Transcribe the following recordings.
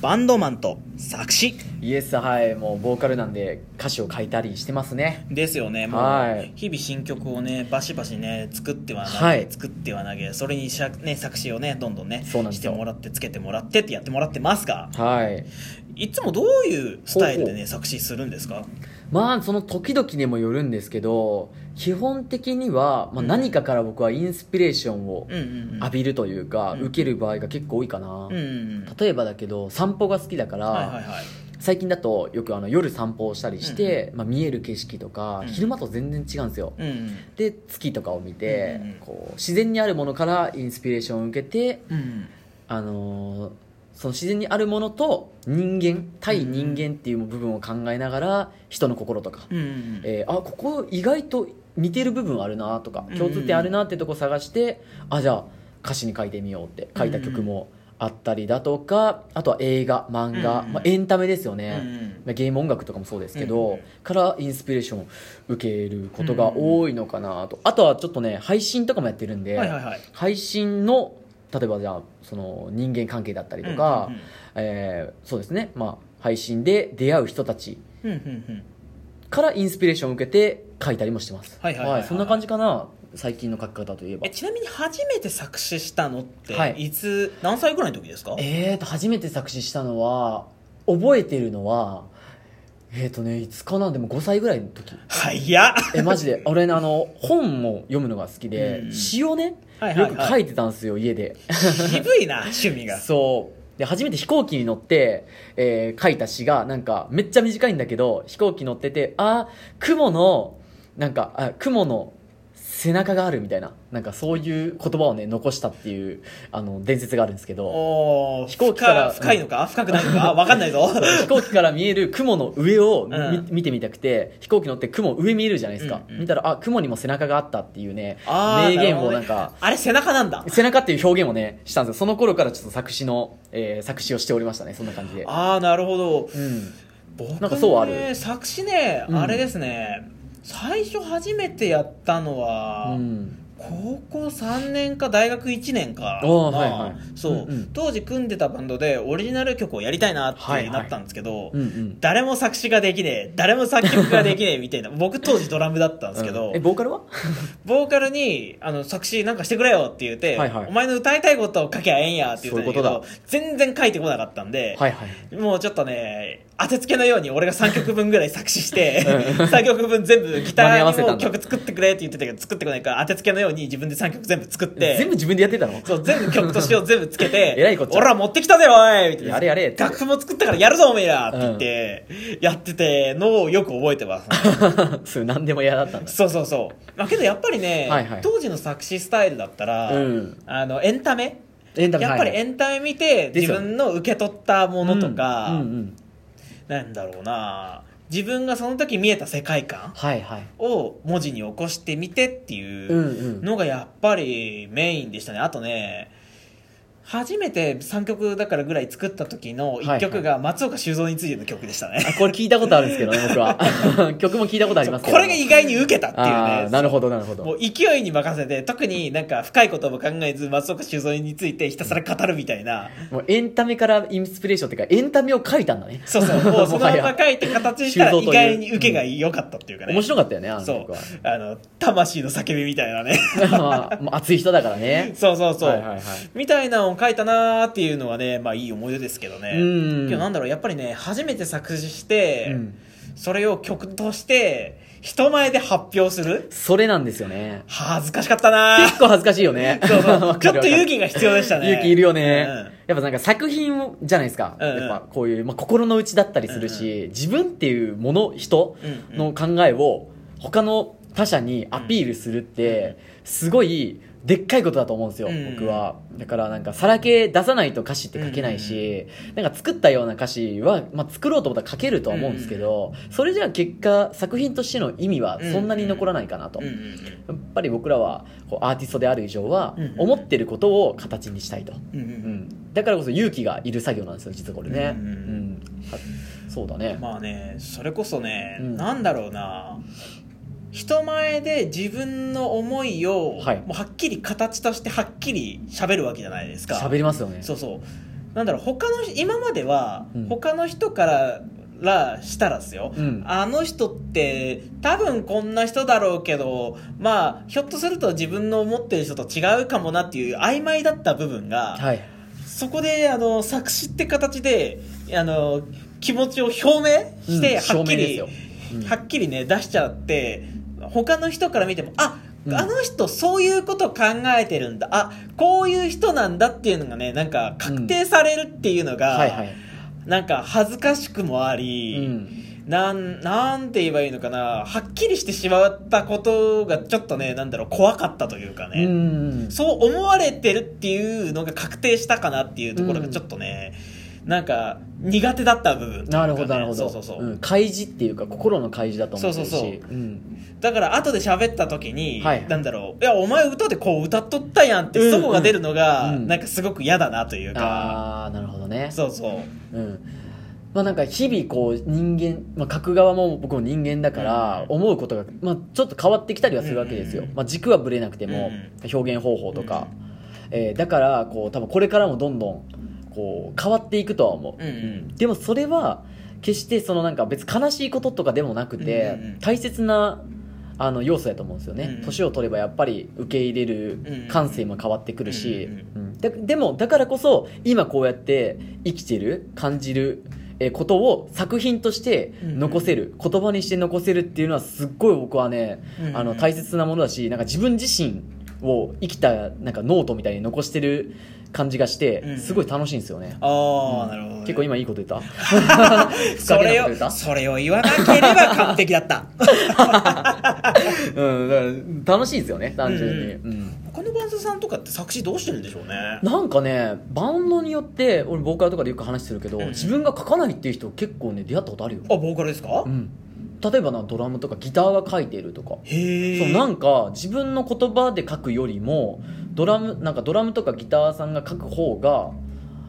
バンドマンと作詞イエスはいもうボーカルなんで歌詞を書いたりしてますねですよねもはうい日々新曲をねバシバシね作っては投げ、はい作っては投げそれにしゃ、ね、作詞をねどんどんねそうなんでしすてよもらってつけてもらってってやってもらってますがはいいつもどういうスタイルでほうね作詞するんですかまあその時々にもよるんですけど基本的には、まあ、うん何かから僕はインスピレーションをうんうんうん浴びるというか、うん受ける場合が結構多いかな、うんうん例えばだけど散歩が好きだから、はいはいはい最近だとよくあの夜散歩をしたりして、まあ、見える景色とか、うん昼間と全然違うんですよ、うんうんで月とかを見うて、んうんうんこう自然にあるものからインスピレーションを受けて、うんあのーその自然にあるものと人間対人間っていう部分を考えながら人の心とか、うんうんえーあここ意外と似てる部分あるなとかうんうん共通点あるなってとこ探して、あじゃあ歌詞に書いてみようって書いた曲もあったりだとかあとは映画漫画、うんうんまあ、エンタメですようね、んまあゲーム音楽とかもそうですけど、うんうんからインスピレーションを受けることが多いのかなと、あとはちょっとね配信とかもやってるんうで、んはいはいはい配信の例えばじゃあその人間関係だったりとか、えーそうですね、まあ、配信で出会う人たちうんうんうんうんうんからインスピレーションを受けて書いたりもしてますはいはいはいはいそんな感じかな最近の書き方といえばえちなみに初めて作詞したのって、、はいつ何歳ぐらいの時ですかえーと初めて作詞したのは覚えてるのはえーとねいつかなでも5歳ぐらいの時早っ えマジで俺ねあの本も読むのが好きで、うん詩をねはいはよいくは書いいてたんですよ、家で渋いな趣味がそうで初めて飛行機に乗って、えー書いた詩がなんかめっちゃ短いんだけど飛行機乗っててあー雲のなんかあ雲の背中があるみたいななんかそういう言葉をね残したっていうあの伝説があるんですけどおお飛行機から深いのか、深くないのか分かんない ぞ飛行機から見える雲の上をみ、うん見てみたくて飛行機乗って雲上見えるじゃないですか、うんうん見たらあ雲にも背中があったっていうねあー名言をなるほどなんねかあれ背中なんだ背中っていう表現をねしたんですよその頃からちょっと作詞の、えー作詞をしておりましたねそんな感じでああなるほどうん僕ねなんかそうある作詞ねうんあれですね、最初初めてやったのは、うん高校3年か大学1年かあーまあはいはいそう、うんうん当時組んでたバンドでオリジナル曲をやりたいなっはいはていなったんですけど、うんうん誰も作詞ができねえ誰も作曲ができねえみたいな僕当時ドラムだったんですけど、うんえボーカルはボーカルにあの作詞なんかしてくれよって言って、はいはいお前の歌いたいことを書きゃええんやって言ったんだけそういうどこ全然書いてこなかったんで、はいはいもうちょっとね当てつけのように俺が3曲分ぐらい作詞して うん3曲分全部ギタ間に合ーわにせたもんだ曲作ってくれって言ってたけど作ってこないから当てつけのように自分で3曲全部作って全部自分でやってたの、そう、全部曲と詞を全部つけて えらいこっちゃ俺ら持ってきたぜ、おいみたいな。やれやれって楽譜も作ったからやるぞ、おめえらって言って、やってて、のをよく覚えてます。そう何でも嫌だったんだそうそうそう。まあ、けどやっぱりね、はいはい当時の作詞スタイルだったら、うんあの、エンタメエンタメやっぱりはいエンタメ見て、です自よね分の受け取ったものとか、うんうんうんなんだろうな、自分がその時見えた世界観はいはいを文字に起こしてみてっていう、うんうんのがやっぱりメインでしたねあとね初めて3曲だからぐらい作った時の1曲が松岡修造についての曲でした ね、あこれ聞いたことあるんですけどね僕は曲も聞いたことありますけこどれが意外に受けたってあいーうなねるほどなるほどもう勢いに任せて特になんか深いことも考えず松岡修造についてひたすら語るみたいなもうエンタメからインスピレーションっていうかエンタメを書いたんだねそうそうもうそのま もはまや書いて形にしたら修造意という外に受けが良かったっていうかね、面白かったよねあのそ曲うはあの魂の叫びみたいなねまあもう熱い人だからねそうそうそう、はいはいはいみたいなのを書いたなーっていうのはね、まあいい思い出ですけどね。うんけどなんだろう、やっぱりね、初めて作詞して、うんそれを曲として、人前で発表するそれなんですよね恥ずかしかったな結ー構恥ずかしいよねそうそう わかるわかるちょっと勇気が必要でしたね。勇気いるよね、うんやっぱなんか作品じゃないですか、うんうんやっぱこういう、まあ、心の内だったりするし、自分っていうもの人うんうんの考えを他の他者にアピールするってすごいでっかいことだと思うんですよ、うんうん僕はだからなんかさらけ出さないと歌詞って書けないし、なんか作ったような歌詞は、まあ、作ろうと思ったら書けるとは思うんですけど、それじゃあ結果作品としての意味はそんなに残らないかなと、うんうんやっぱり僕らはこうアーティストである以上はうん思ってることを形にしたいと、うんうんううんん、だからこそ勇気がいる作業なんですよ実はこれね、うんうんはそうだね、まあね、それこそね、うんなんだろうな。人前で自分の思いを、はいもうはっきり形としてはっきり喋るわけじゃないですか。喋りますよねそうそうなんだろう他の今まではうん他の人かららしたらですよ、うんあの人って多分こんな人だろうけどまあひょっとすると自分の思ってる人と違うかもなっていう曖昧だった部分が、はいそこであの作詞って形であの気持ちを表明して、うんはっ証明きですりよ、うんはっきりね出しちゃって他の人から見てもあうんあの人そういうこと考えてるんだあこういう人なんだっていうのがねなんか確定されるっていうのが、はいはい、なんか恥ずかしくもあうり、ん、なんなんて言えばいいのかなはっきりしてしまったことがちょっとねなんだろう怖かったというかね、うんそう思われてるっていうのが確定したかなっていうところがちょっとね、なんか苦手だった部分というかね、なるほどなるほどそうそうそう、ん、開示っていうか心の開示だと思ってるしそうそううんだから後で喋った時に、はいなんだろういやお前歌でこう歌っとったやんってうんそこが出るのが、うんなんかすごく嫌だなというか、ああなるほどねそうそううんまあなんか日々こう人間、まあ、書く側も僕も人間だからう思うことが、まあ、ちょっと変わってきたりはするわけですよ、うんうんうんまあ、軸はぶれなくても表現方法とか、えーだからこう多分これからもどんどんこう変わっていくとは思うんう、うんでもそれは決してそのなんか別に悲しいこととかでもなくて、うんうんうん大切なあの要素やと思うんですよね、うんうん年を取ればやっぱり受け入れうんうるん感性も変わってくるし、うんうんででもだからこそ今こうやって生きてる感じるえーことを作品として残せる、言葉にして残せるっていうのはすっごい僕はね、うんうんあの大切なものだしなんか自分自身を生きたなんかノートみたいに残してる感じがして、うんうんすごい楽しいんですよね。ああ、なるほどね、結構今いいこと言 ったそれ深みのこと言っをたそれを言わなければ完璧 だったうん、だから楽しいですよね単純に、ううん他のバンドさんとかって作詞どうしてるんでしょうねなんかねバンドによって俺ボーカルとかでよく話するけど、うん自分が書かないっていう人結構ね出会ったことあるよ、あボーカルですか、うん、例えばなドラムとかギターが書いているとか、へえそうなんか自分の言葉で書くよりもドラムなんかドラムとかギターさんが書く方が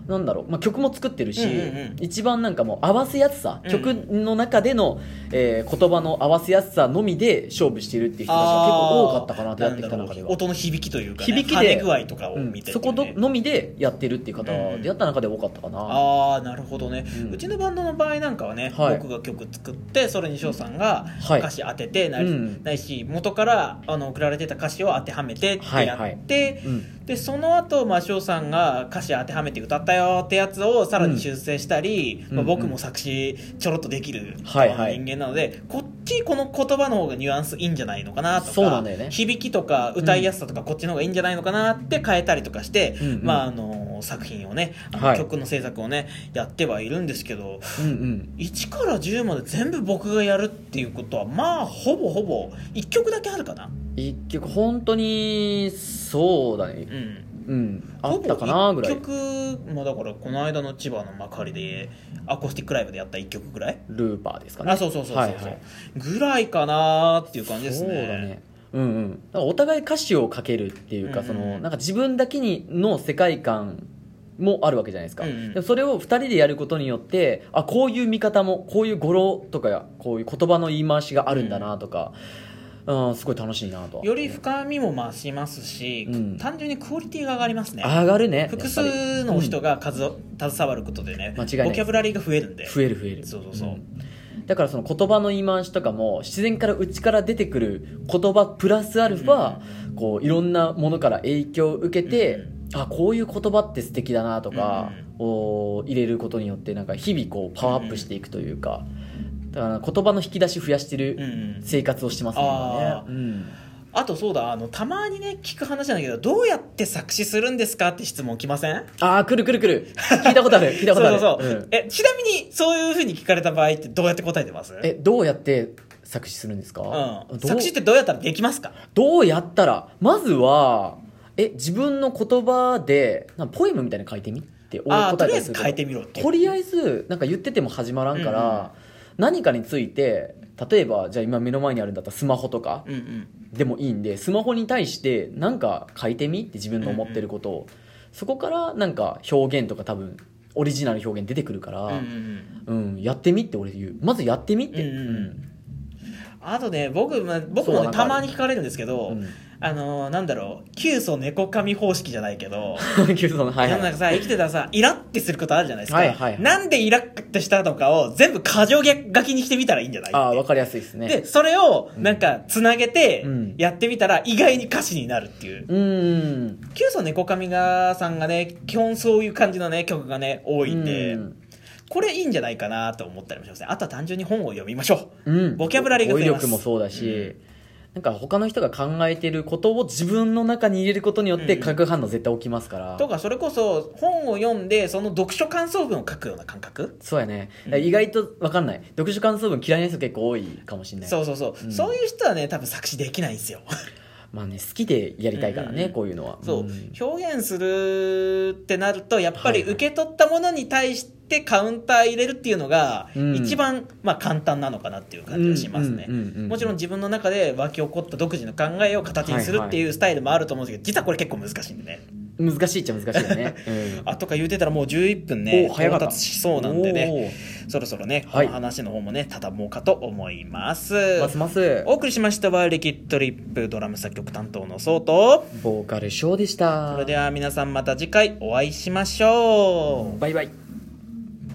なんだろう、まあ、曲も作ってるし、うんうんうん一番なんかもう合わせやすさ、うん曲の中での、えー言葉の合わせやすさのみで勝負しているっていう人たちが結構多かったかなとやってきた中でなんだろはう。音の響きというか、ね、響きで跳ね具合とかをうん見てってそいうねこどのみでやってるっていう方うんうんでやった中で多かったかな、ああなるほどね、ううんちのバンドの場合なんかはね、はい僕が曲作ってそれに翔さんがはい歌詞当ててない,、うんないし元からあの送られてた歌詞を当てはめてってやって、はいはいうんでその後、まあ翔さんが歌詞当てはめて歌ったよってやつをさらに修正したり、うんまあ、うん僕も作詞ちょろっとできる人はいはい間なので、こっちこの言葉の方がニュアンスいいんじゃないのかなとかそうなんだよね響きとか歌いやすさとかこっちの方がいいんじゃないのかなって変えたりとかして、うんうんまああの作品をねあのはい曲の制作をねやってはいるんですけどうんうん1から10まで全部僕がやるっていうことはまあほぼほぼ1曲だけあるかな。一曲本当にそうだねうんうんあったかなぐらいほぼ一曲もだからこの間の千葉の幕張でアコースティックライブでやった1曲ぐらい、ルーパーですかねあそうそうそうそうそう、はいはいぐらいかなーっていう感じですそうねだねうんうん、だからお互い歌詞をかけるっていうか,、うんうんそのなんか自分だけにの世界観もあるわけじゃないですか、うんうんでもそれを2人でやることによってあこういう見方もこういう語呂とかこういう言葉の言い回しがあるんだなとか、うん、すごい楽しいなとはより深みも増しますし、うん単純にクオリティが上がりますね上がるね複やっぱり数の人が数を、携わることでね間違いないボキャブラリーが増えるんで増える増えるそうそうそうんだからその言葉の言い回しとかも自然から内から出てくる言葉プラスアルファ、こういろんなものから影響を受けて、うんあこういう言葉って素敵だなとかを入れることによってなんか日々こうパワーアップしていくというか、だから言葉の引き出し増やしてうんうるん生活をしてますね、あー今ねあとそうだあのたまにね聞く話なんだけどどうやって作詞するんですかって質問来ませんああーくるくるくる聞いたことあ る聞いたことあるそうそうそう、んえちなみにそういうふうに聞かれた場合ってどうやって答えてますえどうやって作詞するんですか、うん、どう作詞ってどうやったらできますかどうやったらまずはえ自分の言葉でなんかポエムみたいなの書いてみって俺あーと答えりあたえりすずるけど書いてみろっていうとりあえずなんか言ってても始まらんから、うんうん何かについて例えばじゃあ今目の前にあるんだったらスマホとかうんうんでもいいんでスマホに対して何か書いてみって自分の思ってることを、そこからなんか表現とか多分オリジナル表現出てくるから、ううんうんうんんやってみって俺言うまずやってみって、 うんうんうんあとね僕まあ僕そうもねなんかあたまるに聞かれるんですけど、うんあのーなんだろう急須猫髪方式じゃないけどキュートの、はい、世のはい中。さ生きてたらさイラってすることあるじゃないですか、はいはいはいなんでイラってしたのかを全部過剰書きにしてみたらいいんじゃないああ、わかりやすいですね。でそれをなんかつなげてうんやってみたら意外に歌詞になるっていううーん。キュウソネコカミガさんがね基本そういう感じのね曲がね多いんでうんこれいいんじゃないかなと思ったりもしますねあとは単純に本を読みましょううん、ボキャブラリーが増語彙えます力もそうだし、なんか他の人が考えてることを自分の中に入れることによっうてん化学反応絶対起きますから、とかそれこそ本を読んでその読書感想文を書くような感覚そうやねうん意外と分かんない読書感想文嫌いな人結構多いかもしれないそうそうそう、うんそういう人はね多分作詞できないんですよまあね好きでやりたいからね、うんうんこういうのはそう、ん表現するってなるとやっぱりはいはい受け取ったものに対してカウンター入れるっていうのがうん一番、まあ、簡単なのかなっていう感じがしますね、うんうんうんうんもちろん自分の中で湧き起こった独自の考えを形にするってはいいはうスタイルもあると思うんですけど実はこれ結構難しいんでね難しいっちゃ難しいよ ね、うんあとか言うてたらもう11分ねお早か到った達しそうなんでねそろそろね、はいこの話の方もね畳もうかと思いますおーますますお送りしましたは「リキッドリップ」ドラム作曲担当のソウとボーカルショーでしたそれでは皆さんまた次回お会いしましょうバイバイ